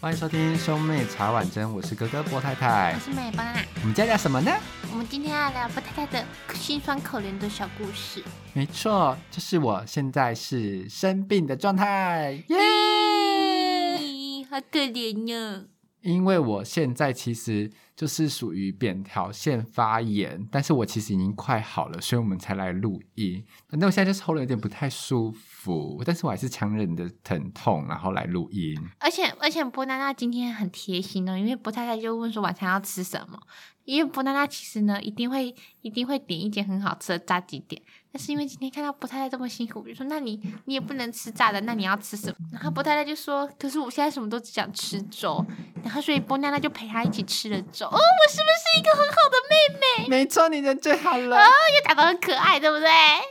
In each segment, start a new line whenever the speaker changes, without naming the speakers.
欢迎收听兄妹茶碗蒸，我是哥哥波太太
我。是美吧。
我们家聊什么呢？
我们今天要聊波太太的心酸可怜的小故事。
没错，就是我现在是生病的状态，耶、
咦，好可怜呀！
因为我现在其实就是属于扁桃腺发炎，但是我其实已经快好了，所以我们才来录音。反正我现在就是喉咙有点不太舒服，但是我还是强忍着疼痛，然后来录音。
而且而且波娜娜今天很贴心哦，因为波太太就问说晚餐要吃什么，因为波娜娜其实呢一定会一定会点一间很好吃的炸鸡店，但是因为今天看到波太太这么辛苦，我就说那你你也不能吃炸的，那你要吃什么？然后波太太就说，可是我现在什么都只想吃粥，然后所以波娜娜就陪她一起吃了粥。哦，我是不是一个很好的妹妹？
没错，你人最好了，
又打扮很可爱，对不对？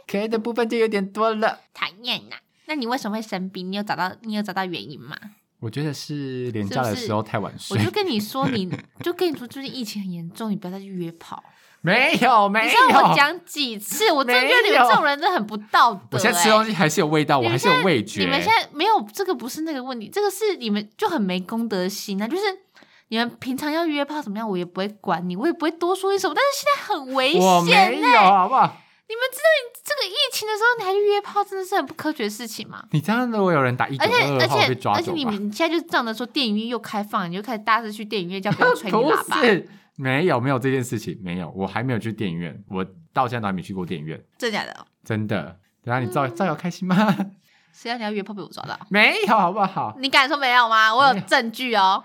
可爱的部分就有点多了。
讨厌呐、那你为什么会生病？你有找到你有找到原因吗？
我觉得是连假的时候太晚睡，
我就跟你说，你就跟你说，最近疫情很严重，你不要再去约炮。
没有没
你
有
知。道我讲几次？我真的觉得你们这种人真的很不道德、欸。
我现在吃东西还是有味道，
你
我
们
还是有味觉。
你们现在没有这个，不是那个问题，这个是你们就很没公德心啊！就是你们平常要约炮怎么样，我也不会管你，我也不会多说一什么。但是现在很危
我
险、欸，
没有，好不好？
你们知道你这个疫情的时候你还去约炮，真的是很不科学的事情吗？
你这样如果有人打一九
而且
二
而
二号被
且
抓
而
走
且你
吧？
们现在就仗着说电影院又开放，你就开始大肆去电影院叫别 人吹你
不
喇叭，
是，没有没有这件事情，没有，我还没有去电影院，我到现在都还没去过电影院，
真的假的？
真的。等下你
嗯
造造谣开心吗？
谁让你要约炮被我抓到？
没有，好不好？
你敢说没有吗？我有证据哦。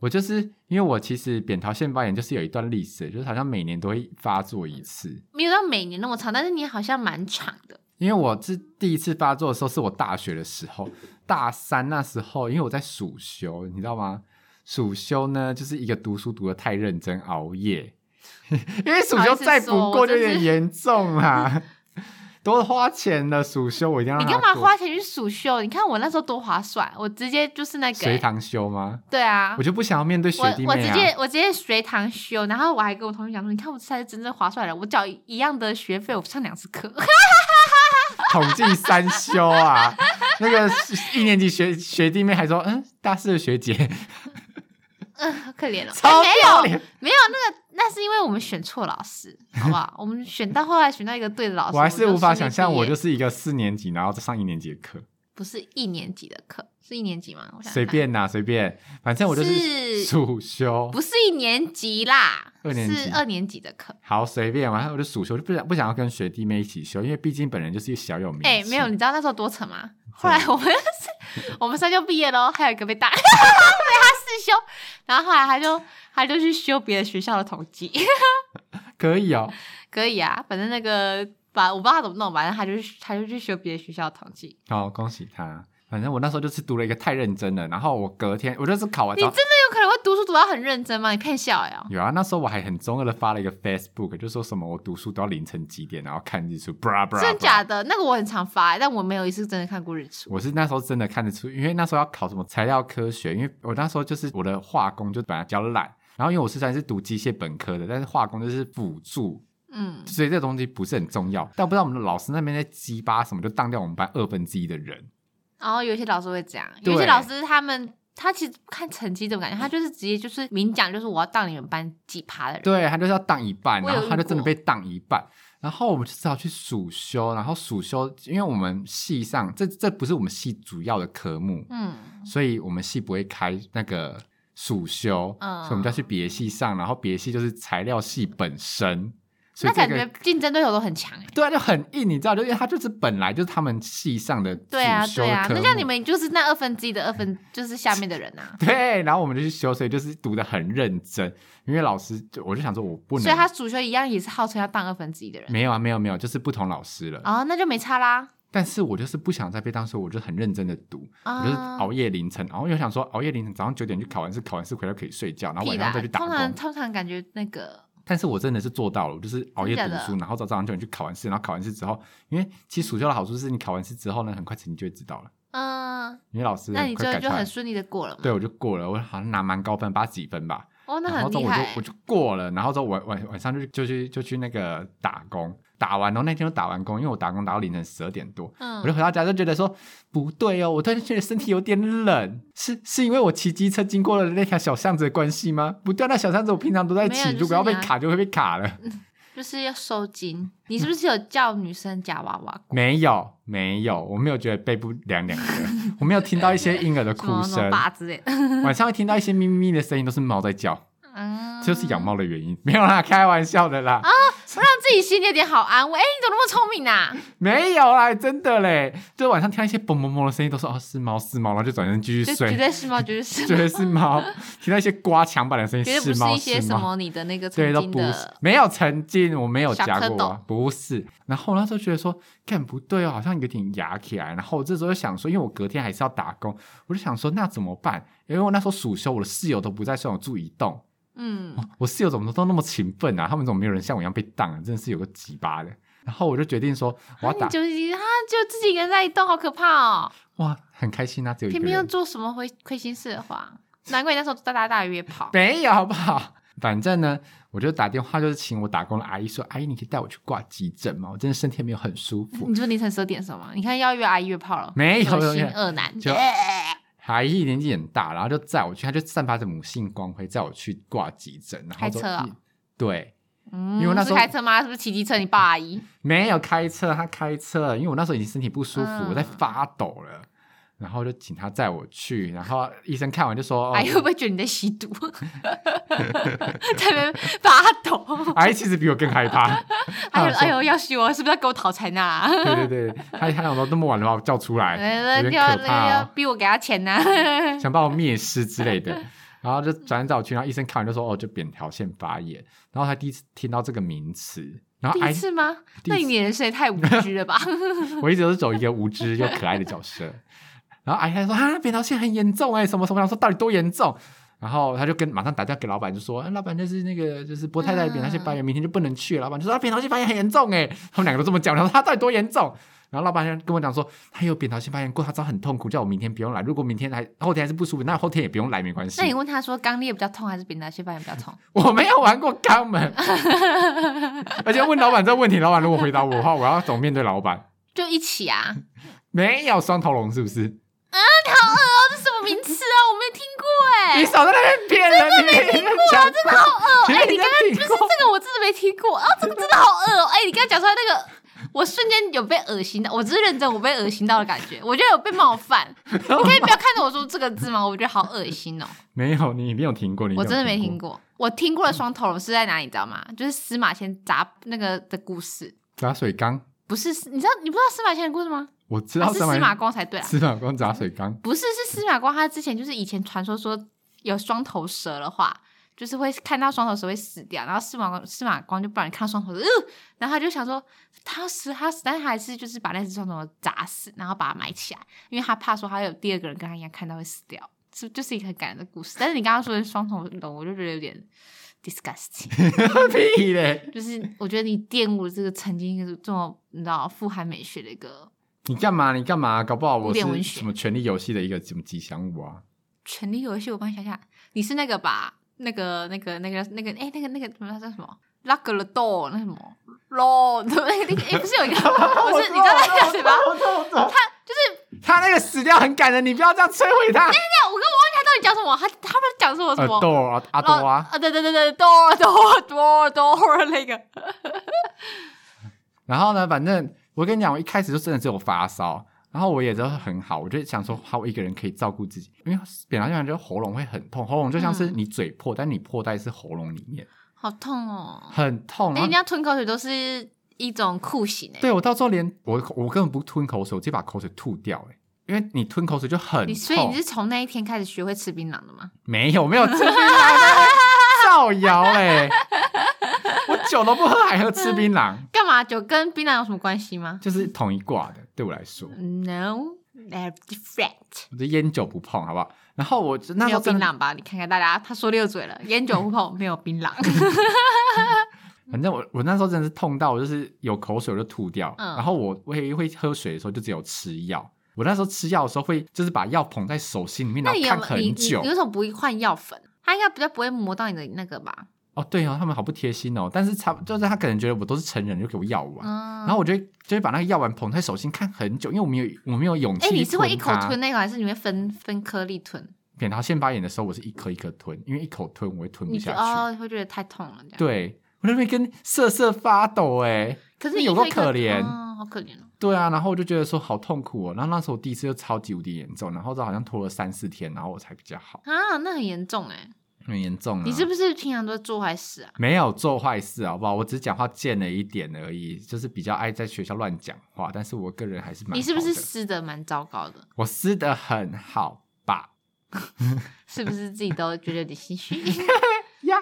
我就是因为我其实扁桃腺发炎就是有一段历史，就是好像每年都会发作一次。
没有到每年那么长，但是你好像蛮长的。
因为我是第一次发作的时候是我大学的时候，大三那时候，因为我在暑修，你知道吗？暑修呢，就是一个读书读的太认真，熬夜， 因为暑
不好
修
意思
再不
说
过
我
就
真
有
是
点严重啦， 多花钱了，暑修我一定要
你
让
干
它
嘛
过
花钱去数秀？你看我那时候多划算，我直接就是那个、
随堂修吗？
对啊
我，就不想要面对学
我
弟
我
妹
直
啊，
接我直接随堂修，然后我还跟我同学讲说，你看我才是真正划算的人，我缴一样的学费，我上两次课。
统计三修啊。 那个一年级学学弟妹还说，嗯，大四的学
哎
姐
嗯，好可怜哦。
超
没
丢
有
脸，
没有，那个那是因为我们选错 老师，好不好？我们选到后来选到一个对的老师，
我还是
们就
无法
顺
想
利
象，
毕
我
业
就是一个四年级，然后再上一年级的 课，
不是一年级的课，是一年级吗？我想想
随便啦，随便，反正我就是
是
暑修，
不是一年级啦？
二年级
是二年级的课。
好随便，然后我就暑修，就不想不想要跟学弟妹一起修，因为毕竟本人就是一个小有名气。
哎、没有，你知道那时候多扯吗？后来我们是， 我们三就毕业喽，还有一个被打，被 他四修，然后后来他就他就去修别的学校的统计，
可以哦，
可以啊，反正那个把我不知道他怎么弄，反正他就去他就去修别的学校的统计，
好恭喜他。反正我那时候就是读了一个太认真了，然后我隔天我就是考完
你
之
真
后
的，有可能会读书读到很认真吗？你骗笑呀、
有啊，那时候我还很中二的发了一个 Facebook，就说什么我读书都要凌晨几点，然后看日出，bra bra，
真的假
的？
的？那个我很常发、欸但我没有一次真的看过日出。
我是那时候真的看得出，因为那时候要考什么材料科学，因为我那时候就是我的化工就本来比较烂，然后因为我虽然是读机械本科的，但是化工就是辅助，
嗯，
所以这东西不是很重要。但不知道我们的老师那边在鸡巴什么，就当掉我们班二分之一的人。
然后有一些老师会这样，
对嗯
有一些老师他们他其实不看成绩这种感觉，他就是直接就是明讲，就是我要当你们班几趴的人。
对他就是要当一半，
我有
然后他就
遇过
真的被当一半。然后我们就只好去暑修，然后暑修，因为我们系上这这不是我们系主要的科目，
嗯，
所以我们系不会开那个暑修，
嗯
所以我们就要去别系上，然后别系就是材料系本身，所以
那
这
感觉
个
竞争对手都很强哎、
对啊就很硬，你知道，就因为它就是本来就是他们系上的
对啊，
主修
对
的科
啊，那
目
像你们就是那二分之一的二分，就是下面的人啊。
对，然后我们就去修，所以就是读的很认真，因为老师就我就想说我不能，
所以他主修一样也是号称要当二分之一的人，
没有啊没有没有，就是不同老师了，
哦，那就没差啦。
但是我就是不想再被当说，我就很认真的读，我就是
啊，
熬夜凌晨，然后又想说熬夜凌晨早上九点去考完试，考完试回来可以睡觉，然后
屁
晚
啦
上再去打
通
工
常。通常感觉那个
但是我真的是做到了，我就是熬夜读
真的假
书，然后早上九点去考完试，然后考完试之后，因为其实暑假的好处是你考完试之后呢，很快成绩就会知道了，
嗯，
因为老师
那你
很快
就
改
就
出来
很顺利的过了嘛。
对，我就过了，我好像拿蛮高分，八几分吧。
哦，那
然后
很
之后
厉
我
害
就我。就过了，然后之后晚晚晚上就去就去就去那个打工，打完，然后那天就打完工，因为我打工打到凌晨十二点多，
嗯
我就回到家就觉得说不对哦，我突然觉得身体有点冷，是是因为我骑机车经过了那条小巷子的关系吗？不对啊，那小巷子我平常都在
没有
骑，
就是
如果要被
你要
卡就会被卡了。？
就是要收紧。你是不是有叫女生夹娃娃
没有没有，我没有觉得背部凉 凉的，我没有听到一些婴儿的
什
哭
么什么
声，
爸之类的？
晚上会听到一些咪咪咪的声音，都是猫在叫，
嗯，啊
就是养猫的原因。没有啦，开玩笑的啦。
让自己心里有点好安慰。哎、你怎么那么聪明啊？
没有啦，真的嘞，就晚上听到一些嘣嘣嘣的声音，都说哦是猫是猫，然后就转身继续
就绝
睡，
对是猫，绝对是
觉
猫，
得是猫，听到一些刮墙板的声音，
绝对不
猫
是一些
是
什
猫，
么你的那个
对，
曾
都
经
不是
的，
没有曾经我没有
小
夹
蝌
过
蚪
啊，不是。然后我那时候觉得说，干不对哦，好像有点痒起来。然后我这时候就想说，因为我隔天还是要打工，我就想说那怎么办？因为我那时候暑休，我的室友都不在，虽然我住一栋，哦
嗯，
我室友怎么都那么勤奋啊？他们怎么没有人像我一样被当啊？真的是有个鸡巴的。然后我就决定说，我
啊
要打
你就是啊，就自己一个人在一栋，好可怕哦！
哇，很开心啊，只有一个
偏
人。
偏又做什么亏亏心事的话，难怪你那时候大大大约跑。
没有，好不好？反正呢，我就打电话，就是请我打工的阿姨说：“阿姨，你可以带我去挂急诊吗？我真的身体没有很舒服。
你说凌晨十二点什么？你看要约阿姨约炮了，
没有
恶心
没有
恶男，
就阿姨年纪很大，然后就载我去，她就散发着母性光辉，载我去挂急诊。然后
开
就
车啊
对，
嗯，
因为那时
是
候
开车吗？是不是骑机车？你抱阿姨？
没有开车，她开车，因为我那时候已经身体不舒服，
嗯
我在发抖了。然后就请她载我去，然后医生看完就 说：“哦
阿姨会不会觉得你在吸毒？ 在那边发 抖，
阿姨哎其实比我更害 怕。她想
哎呦
说”
哎呦，要吸我，是不是要给我讨钱呐？
对对对，她她想说那么晚了把我叫出来，
哎那
哎有
那
点
要
可怕、哦。啊哎
要逼我给他钱呐？
想把我灭尸之类的。然后就转找去，然后医生看完就说：“哦，就扁桃腺发炎。”然后他第一次听到这个名词，然后
第
哎
一，次吗？
第一
那你人生也太无知 了吧？
我一直都是走一个无知又可爱的角色。然后哎，他说：“啊，扁桃腺很严重哎、什么什么。”我说：“到底多严重？”然后他就跟马上打电话给老板，就说：“啊、老板，那是那个就是波太太的扁桃腺
嗯
发炎，明天就不能去了。”老板就说：“啊，扁桃腺发炎很严重哎、他们两个都这么讲，然后他到底多严重？然后老板就跟我讲说，他有扁桃腺发炎过，他知道很痛苦，叫我明天不用来。如果明天还后天还是不舒服，那后天也不用来，没关系。
那你问他说肛裂比较痛还是扁桃腺发炎比较 痛？
我没有玩过肛门，而且问老板这个问题，老板如果回答我的话，我要怎么面对老板？
就一起啊！
没有双头龙是不是？你
好恶哦，这什么名词啊？我没有听过哎、
少在那边骗人！你真的
啊
讲真的好
恶哎你刚
刚
不是这个，我真的没听过啊！这个真的好恶哦！哎、你刚才讲出来那个，我瞬间有被恶心到，我只是认真，我被恶心到的感觉，我觉得有被冒犯。你
哦
可以不要看着我说这个字吗？我觉得好恶心哦，
没有，你一定有听过，你一定
我
有
真的没听
过。
过。我听过的双头龙是在哪里，你知道吗？就是司马迁砸那个的故事，
砸水缸，
不是？你知道你不知道司马迁的故事吗？
我知
啊
道
是
什么
司马光才对啊。
司马光砸水 缸，
不是，是司马光他之前就是以前传说说有双头蛇的话，就是会看到双头蛇会死掉，然后司马光司马光就不然看到双头蛇，呃、然后他就想说他要死他要死，但是他还是就是把那只双头蛇砸死，然后把它埋起来，因为他怕说他有第二个人跟他一样看到会死掉，是就是一个很感人的故事。但是你刚刚说的双头龙，我就觉得有点 disgusting，
屁嘞！就是
是我觉得你玷污了这个曾经这么你知道富含美学的一个
你干嘛？你干嘛？搞不好我
古典文
是
学
什么权力游戏的一个什么吉祥物啊？
权力游戏，我帮你想想，你是那个吧？那个、那个、那个、那个，哎、那个、那个，什么叫什么？拉格勒多，那什么咯，那个、那个，哎、不是有一个，不是，你知道那个谁吗？
我知道？我知道我知道
他就是，
他那个死掉很感人，你不要这样摧毁他。
那我跟我忘记他到底讲什么，他他们讲什么哎什
呃，
么？
豆啊，阿多啊。
啊，对对对对，多 多多多那个，
然后呢，反正我跟你讲，我一开始就真的只有发烧，然后我也都很好，我就想说，好，我一个人可以照顾自己，因为扁桃腺就喉咙会很痛，喉咙就像
嗯
是你嘴破，但你破在是喉咙里面，
好痛哦！
很痛。然
哎、人
后
家吞口水都是一种酷刑哎、
嗯啊对我到时候连我我根本不吞口水，我直接把口水吐掉、欸，因为你吞口水就很
你所以
痛
你。是从那一天开始学会吃槟榔的吗？
没有没有，吃槟榔啊造谣嘞、我酒都不喝，还喝吃槟榔，
干嘛？酒跟槟榔有什么关系吗
就是同一挂的，对我来说。
？No，they're different。
我就烟酒不碰，好不好？然后我就那
没
时
有
候真
槟
的
榔吧？你看看大家，他说溜嘴了，烟酒 不碰，没有槟榔。
反正我我那时候真的是痛到，我就是有口水我就吐掉，
嗯
然后我我也会喝水的时候就只有吃药。我那时候吃药的时候会就是把药捧在手心里面，
那
然
你
后
有
看
没有
很
你你
久
你为。什么不换药粉？它应该比较不会磨到你的那个吧？
哦，对哦，他们好不贴心哦。但是差不就是他可能觉得我都是成人，就给我药丸。
嗯，
然后我就会就会把那个药丸捧在手心看很久，因为我没有我没有勇气
哎，
去它。
你是会一口吞那个，还是你会分分颗粒吞？
扁桃腺发炎的时候，我是一颗一颗吞，因为一口吞我会吞不
你
下
觉得
去。
哦会觉得太痛了这样。，
对，我那边跟瑟瑟发抖哎、
可
那
是
有
个
够可怜
哦，好可怜哦。
对啊，然后我就觉得说好痛苦哦。然后那时候我第一次就超级无敌严重，然后这好像拖了三四天，然后我才比较好，
啊，那很严重哎！
很严重啊。
你是不是平常都在做坏事啊？
没有做坏事好不好？我只是讲话贱了一点而已，就是比较爱在学校乱讲话，但是我个人还是蛮好的。
你是不是撕的蛮糟糕的？
我撕的很好吧？
是不是自己都觉得有点 心虚？
呀，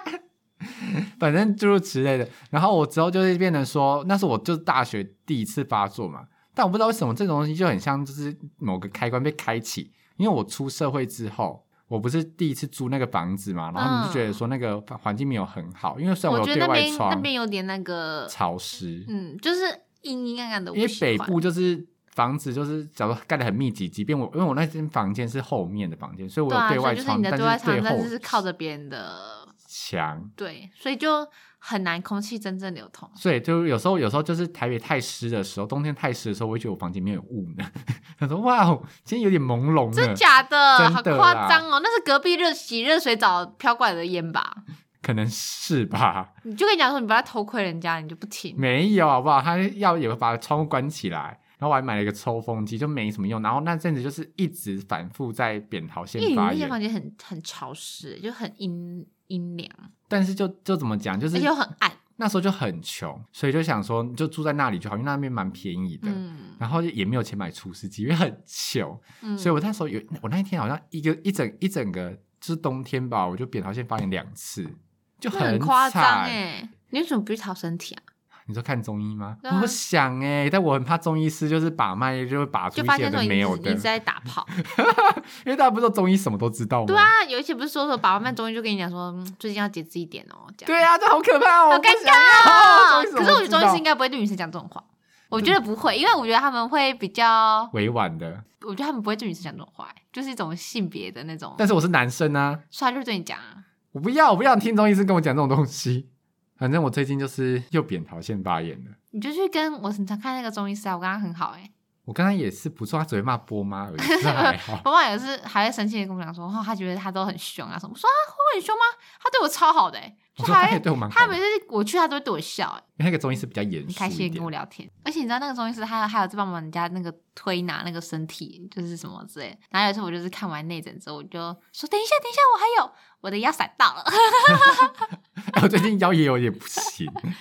反正诸如此类的。然后我之后就会变成说，那是我就是大学第一次发作嘛，但我不知道为什么这种东西就很像就是某个开关被开启，因为我出社会之后。我不是第一次租那个房子嘛，然后你就觉得说那个环境没有很好，因为虽然
嗯我
有
觉
对
得那
外
边那
窗，
边有点那个，
潮湿，
嗯，就是阴阴暗暗的。
因
我
为
不喜
北
欢
部就是房子就是，假如盖的很密集，即便我因为我那间房间是后面的房间，所以我
对
有
啊，
对
所
外
以就是
窗，
你的对外
但
窗，
是
但
对
是是
后
靠着别人的，
墙，
对，所以就很难空气真正流通。
所以就是有时候有时候就是台北太湿的时候，冬天太湿的时候，我会觉得我房间里面有雾呢。 他说：“哇，哦，今天有点朦胧
真
呢，
假的，
真
好
的啦
夸张哦！那是隔壁热洗热水澡飘过来的烟吧？
可能是吧？
你就跟你讲说，你不要偷窥人家，你就不听。
没有好不好？他要有把窗户关起来。”然后我还买了一个抽风机，就没什么用。然后那阵子就是一直反复在扁桃腺
因为你
发
那间
炎，
房间很很潮湿，欸就很阴阴凉，
但是就就怎么讲，就
而
是
且又很暗。
那时候就很穷，所以就想说就住在那里就好，因为那边蛮便宜的。
嗯
然后也没有钱买除湿机，因为很穷，
嗯，
所以我那时候有我那一天好像一个一整一整个就是冬天吧，我就扁桃腺发炎两次，就
那很
夸
夸张
张
哎！你为什么不去调身体啊？
你说看中医吗？
对啊
我想哎、但我很怕中医师就是把脉就会把出
就
一
发
些有
现说
的
你
没有
一直
的
你一直，在打 炮。
因为大家不是说中医什么都知道吗？
对，啊，有一些不是说说把完慢中医就跟你讲说，嗯最近要节制一点哦，这样。
对啊，这好可怕哦，
好
我不
尴
想要
尬
中
哦。
医什么
可是我
都
觉得
知
中医
道
师应该不会对女生讲这种话，我觉得不会，因为我觉得他们会比较，
委婉的，
我觉得他们不会对女生讲这种话，就是一种性别的那种，
但是我是男生啊，
所以他就对你讲啊。
我不要，我不想听中医师跟我讲这种东西。反正我最近就是又扁桃腺发炎了。
你就去跟我很常看那个中医师啊，我跟他很好哎、
我刚刚也是不错，他只会骂波妈而已，这还 好。
妈妈也是还会生气的跟我讲说，哦，他觉得他都很凶啊什么。我说啊，会很凶吗？他对我超好的哎、
我
就
说
他
他也
还
对我蛮好
他
的，
每
因
次我去他都会对我笑哎、
为那个中医师比较严
很
肃
开
一
心地跟我
点。
聊天。而且你知道那个中医师，他还有在帮忙人家那个推拿那个身体，就是什么之类的。然后有一次我就是看完内诊之后，我就说等一下，等一下，我还有我的腰闪到了。
哎 我最近腰也有点不行，
哎、我最近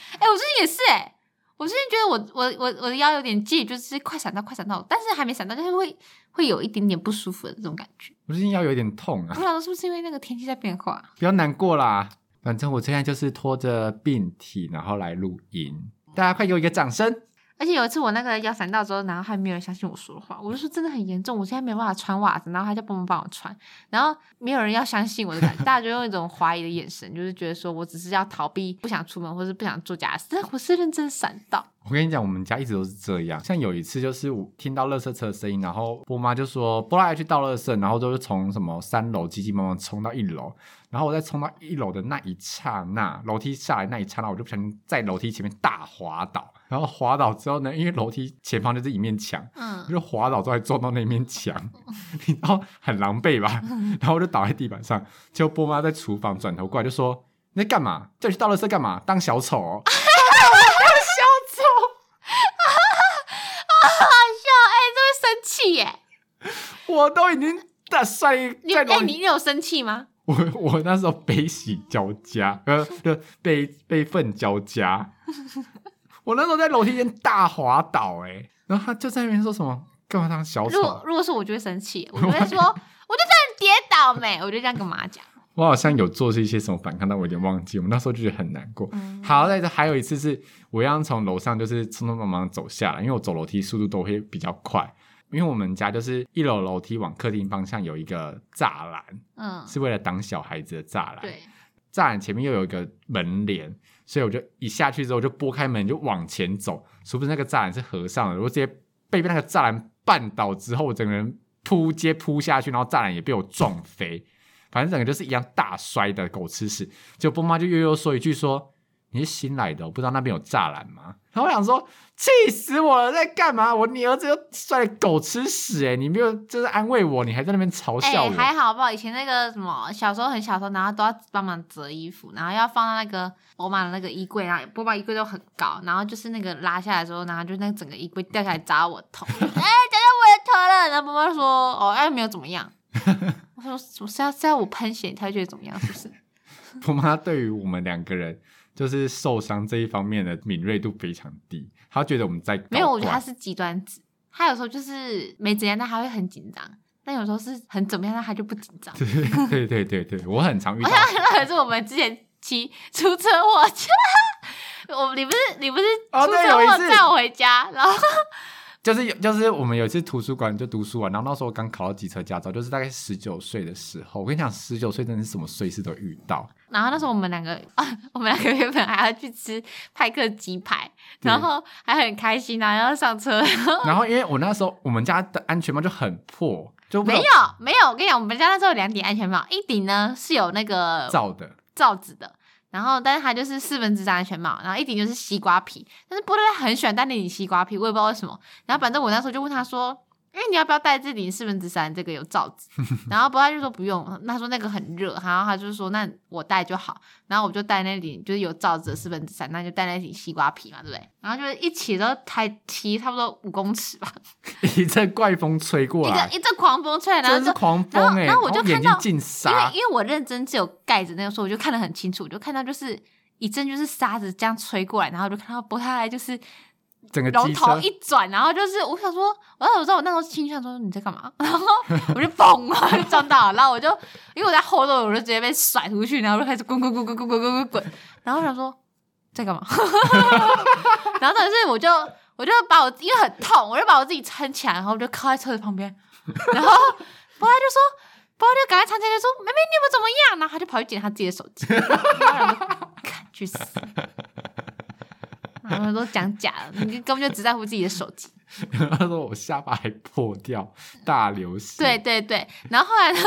也是哎、我最近觉得我我我我的腰有点记，就是快闪到快闪到，但是还没闪到，就是会会有一点点不舒服的这种感觉。
我最近腰有点痛
我
啊，
想说是不是因为那个天气在变化？
不要难过啦。反正我现在就是拖着病体，然后来录音。大家快给我一个掌声！
而且有一次我那个腰闪到之后，然后还没有人相信我说的话，我就说真的很严重，我现在没有办法穿袜子，然后他就帮忙帮我穿，然后没有人要相信我的感觉， 大家就用一种怀疑的眼神，就是觉得说我只是要逃避，不想出门或是不想做家事，但我是认真闪到，
我跟你讲，我们家一直都是这样。像有一次，就是我听到垃圾车的声音，然后波妈就说波拉要去倒垃圾，然后就是从什么三楼急急忙忙冲到一楼，然后我在冲到一楼的那一刹那，楼梯下来那一刹那，我就不小心在楼梯前面大滑倒，然后滑倒之后呢，因为楼梯前方就是一面墙，我
嗯，
就滑倒之后还撞到那面墙，
哦
然后很狼狈 吧，然后我就倒在地板上，结果波妈在厨房转头过来就说。你在干嘛？叫你去倒垃圾干嘛？当小丑、哦？
哎、这会生气耶、
我都已经大摔
你
在
哎、
楼
你
梯
你有生气吗？
我我那时候悲喜交加，呃，对，悲悲愤交加。 我那时候在楼梯间大滑倒、欸，然后他就在那边说什么干嘛当小
如果
丑？啊
如果是我就会生气，我 就会说，我就在跌倒没，我就这样跟妈讲。
我好像有做出一些什么反抗，但我有点忘记。我们那时候就觉得很难过。
嗯
好，再者还有一次是我要从楼上就是匆匆忙忙走下来，因为我走楼梯速度都会比较快。因为我们家就是一楼楼梯往客厅方向有一个栅栏，
嗯，
是为了挡小孩子的栅栏。
对，
栅栏前面又有一个门帘，所以我就一下去之后就拨开门就往前走，殊不知那个栅栏是合上的，我直接被那个栅栏绊倒之后，我整个人扑街扑下去，然后栅栏也被我撞飞，反正整个就是一样大摔的狗吃屎。结果波妈就悠悠说一句说：“你是新来的哦，不知道那边有栅栏吗？”然后我想说，气死我了，在干嘛？我你儿子又摔得狗吃屎、欸，哎，你没有就是安慰我，你还在那边嘲
哎、
笑我。
还好吧，以前那个什么，小时候很小时候，然后都要帮忙折衣服，然后要放到那个博马的那个衣柜，然后博马衣柜都很高，然后就是那个拉下来的时候，然后就那整个衣柜掉下来砸我头，哎、 砸到我的头了。然后妈妈说，哦，哎，没有怎么样。 我说，我是要是要我喷血，他觉得怎么样？是不是？
我妈对于我们两个人就是受伤这一方面的敏锐度非常低，她觉得我们在搞
没有，我觉得
怪
他是极端子，他有时候就是没怎样，但他会很紧张；但有时候是很怎么样，但他就不紧张。
对对对对，我很常遇
我
到
想到的是我们之前骑出车祸， 我你不是你不是
哦
出
对
车
有一
祸
次
载我回家，然后
就是有，就是我们有一次图书馆就读书完，然后那时候我刚考到机车驾照，就是大概十九岁的时候。我跟你讲，十九岁真的是什么碎事都遇 到。
然后那时候我们两个 啊，我们两个原本还要去吃派克鸡排，
对
然后还很开心，啊然后要上车，然后
然后因为我那时候我们家的安全帽就很破，就
没有没有，我跟你讲，我们家那时候有两顶安全帽，一顶呢是有那个
造的，
罩子的。然后，但是它就是四分之三安全帽，然后一顶就是西瓜皮。但是波特很喜欢戴那顶西瓜皮，我也不知道为什么。然后反正我那时候就问他说：“哎，你要不要戴这顶四分之三这个有罩子？”然后波特就说不用，他说那个很热，然后他就说那我戴就好。然后我就戴那顶就是有罩子的四分之三，那就戴那顶西瓜皮嘛，对不对？然后就是一起都才骑差不多五公尺吧，
一阵怪风吹
一
过来
个，一阵狂风吹来，然后
真的
就是
狂风
然后
哎、欸，
然后我就
眼
看
睛
到
进
因为
沙，
因为我认真只有盖着那个时候，我就看得很清楚，我就看到就是一阵就是沙子这样吹过来，然后我就看到波泰莱就是
整个
龙
机
头
车
一转，然后就是我想说，然后我知道我那时候心里想说你在干嘛， 然后 我就嘣啊就撞到了，然后我就因为我在后座，我就直接被甩出去，然后我就开始滚滚滚滚滚滚滚滚滚，然后我想说在干嘛， 然后但是我就我就把我因为很痛，我就把我自己撑起来，然后我就靠在车子旁边，然后波泰就说。波泰就赶快参加，就说：“妹妹，你有没有怎么样？”然后他就跑去捡他自己的手机，然后我就 看去死！然后都讲假了，你根本就只在乎自己的手机。
然后说我下巴还破掉，大流血。
对，对对，然后后来呢，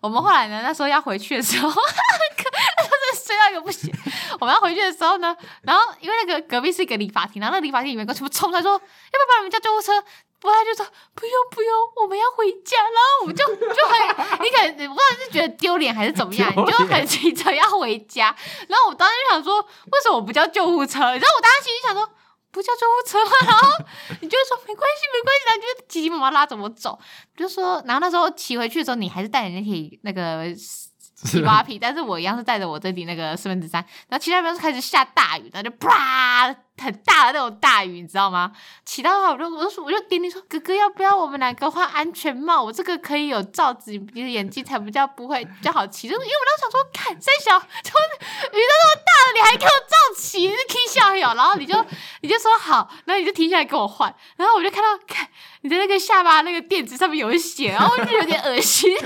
我们后来呢，那时候要回去的时候， 真的睡到一个不行。 我们要回去的时候呢，然后因为那个隔壁是一个理发厅，然后那个理发厅里面全部冲出来说，要不要帮你们叫救护车？不，他就说不用不用，我们要回家。然后我们就 就很，你可能你不知道是觉得丢脸还是怎么样，你
丢
就
脸
很急着要回家。然后我当时就想说，为什么我不叫救护车？然后我当时心里想说。不叫救护车吗？然后 你就会说没关系，没关系，然后就急急忙忙拉着我走，就说，然后那时候骑回去的时候，你还是带你那些那个 西瓜皮，但是我一样是带着我这顶那个四分之三，然后骑到一半就开始下大雨，然后就啪，很大的那种大雨，你知道吗？骑到后我就我就说我就点点说哥哥要不要我们两个换安全帽？我这个可以有罩子，你的眼睛才比较不会比较好骑。就是因为我当时想说，看三小，就是雨都那么大了，你还给我照骑，你是 K 笑哟。然后你就你就说好，然后你就停下来跟我换，然后我就看到看你的那个下巴那个垫子上面有血，然后我就有点恶心。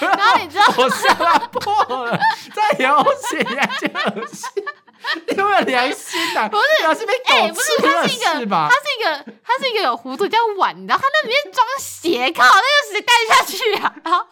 然后你知道。
我下巴破了，在流血，你还觉得恶心？你有没有良心啊？
不是
你要是被
哎、
狗
不是，
吃
它
了
是一个，
是吧
它？是一个，它是一个有弧度叫碗，你知道，它那里面装鞋，靠，那个谁带下去啊？然后，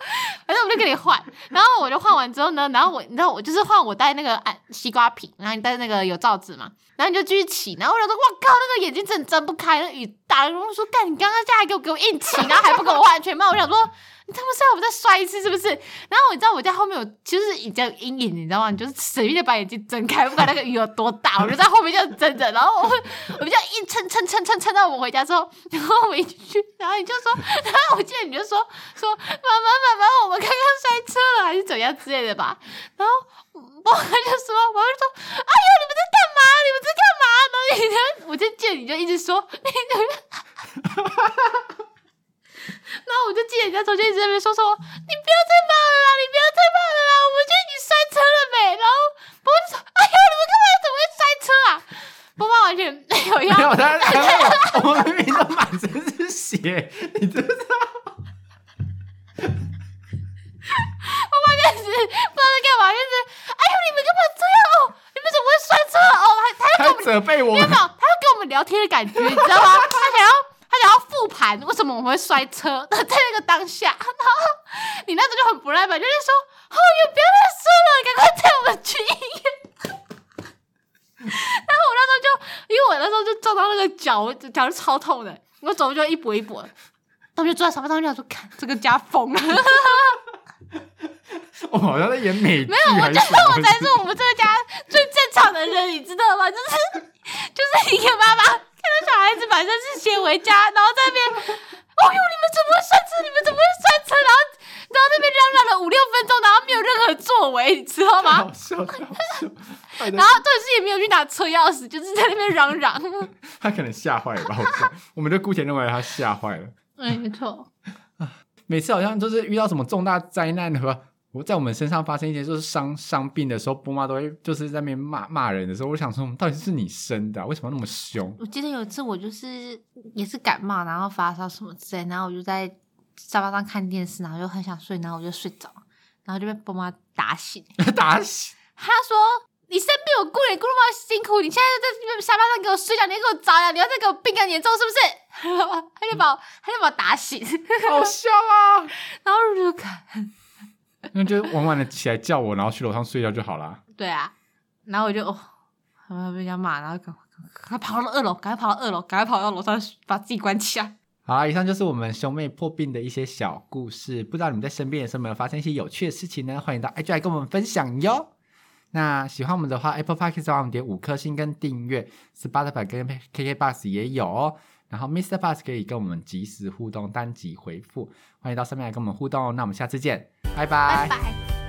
反正我就跟你换，然后我就换完之后呢，然后我，你知道，我就是换我带那个啊西瓜皮，然后你带那个有罩子嘛，然后你就继续骑，然后我就说，哇靠，那个眼睛真的睁不开，那雨打了，我说，干，你刚刚下来给我给我硬骑，然后还不给我换安全帽，我想说。你他妈是要我再摔一次是不是？然后你知道我在后面有，就是已经有阴影，你知道吗？你就是死命的把眼睛睁开，不管那个雨有多大，我就在后面这样睁着，然后我会，我就这样一撑撑撑撑撑到我回家之后，然后我们一进去，然后你就说，然后我记得你就说说妈妈妈妈，我们刚刚摔车了还是怎样之类的吧，然后。我就说，我就说，哎呦，你们在干嘛？你们在干嘛？然后你就，我就记得你就一直说， 你就然后我就记得人家中间一直在那边说说，你不要再骂了啦，你不要再骂了啦，我们就已经摔车了没？然后我就说，哎呦，你们干嘛怎么会摔车啊？波妈完全没有
没
要
有，他他我我明明都满身是血，你知不知道？
就是不知道在干嘛，就是哎呦，你们干嘛这样哦？你们怎么会摔车哦？还还
他
要跟我们，
责备我
你有
们
没，有？他要跟我们聊天的感觉，你知道吗？ 他想要他想要复盘为什么我们会摔车，在那个当下，然后你那时候就很不耐烦，就是说：“哦，也不要再说了，赶快带我们去医院。” 然后我那时候就，因为我那时候就撞到那个脚，脚是超痛的，我走路就一跛一跛的。然后我就坐在沙发上，就想说：“看，这个家疯了。”
我好像在演美剧
没有，我
还
觉
是什
得我
么？
才是我们这个家最正常的人，你知道吗？ 就是就是一个妈妈看到小孩子把这次先回家，然后在那边，哦呦，你们怎么会摔车？你们怎么会摔车？然后然后那边嚷嚷了五六分钟，然后没有任何作为，你知道吗
好？笑，太好笑！他也在
然后这次也没有去拿车钥匙，就是在那边嚷 嚷。
他可能吓坏了吧？我觉得我们就姑且认为他吓坏了。
嗯，没错。
每次好像就是遇到什么重大灾难和我在我们身上发生一些就是伤伤病的时候，波妈都会就是在那边骂骂人的时候，我想说，到底是你生的啊、为什么要那么凶？
我记得有一次我就是也是感冒，然后发烧什么之类，然后我就在沙发上看电视，然后就很想睡，然后我就睡着，然后就被爸妈打醒。
打死！
他说：“你生病我顾你顾那么辛苦，你现在就在这边沙发上给我睡觉，你还给我着凉，你要再给我病更严重是不是？” 他就把我他就把我打醒，
好笑啊！
然后我就看，
那就晚晚的起来叫我，然后去楼上睡觉就好啦。
对啊，然后我就哦，我要被人家骂，然后赶快赶快跑到二楼，赶快跑到二楼，赶快跑到楼上把自己关起来。
好啊啦，以上就是我们兄妹破病的一些小故事。不知道你们在生病的时候有没有发生一些有趣的事情呢？欢迎到 IG 来跟我们分享哟。那喜欢我们的话，Apple Podcast 帮我们点五颗星跟订阅，Spotify 跟 KK Bus 也有哦。然后 Mr. Bus 可以跟我们及时互动，单集回复，欢迎到上面来跟我们互动哦。那我们下次见，拜
拜拜。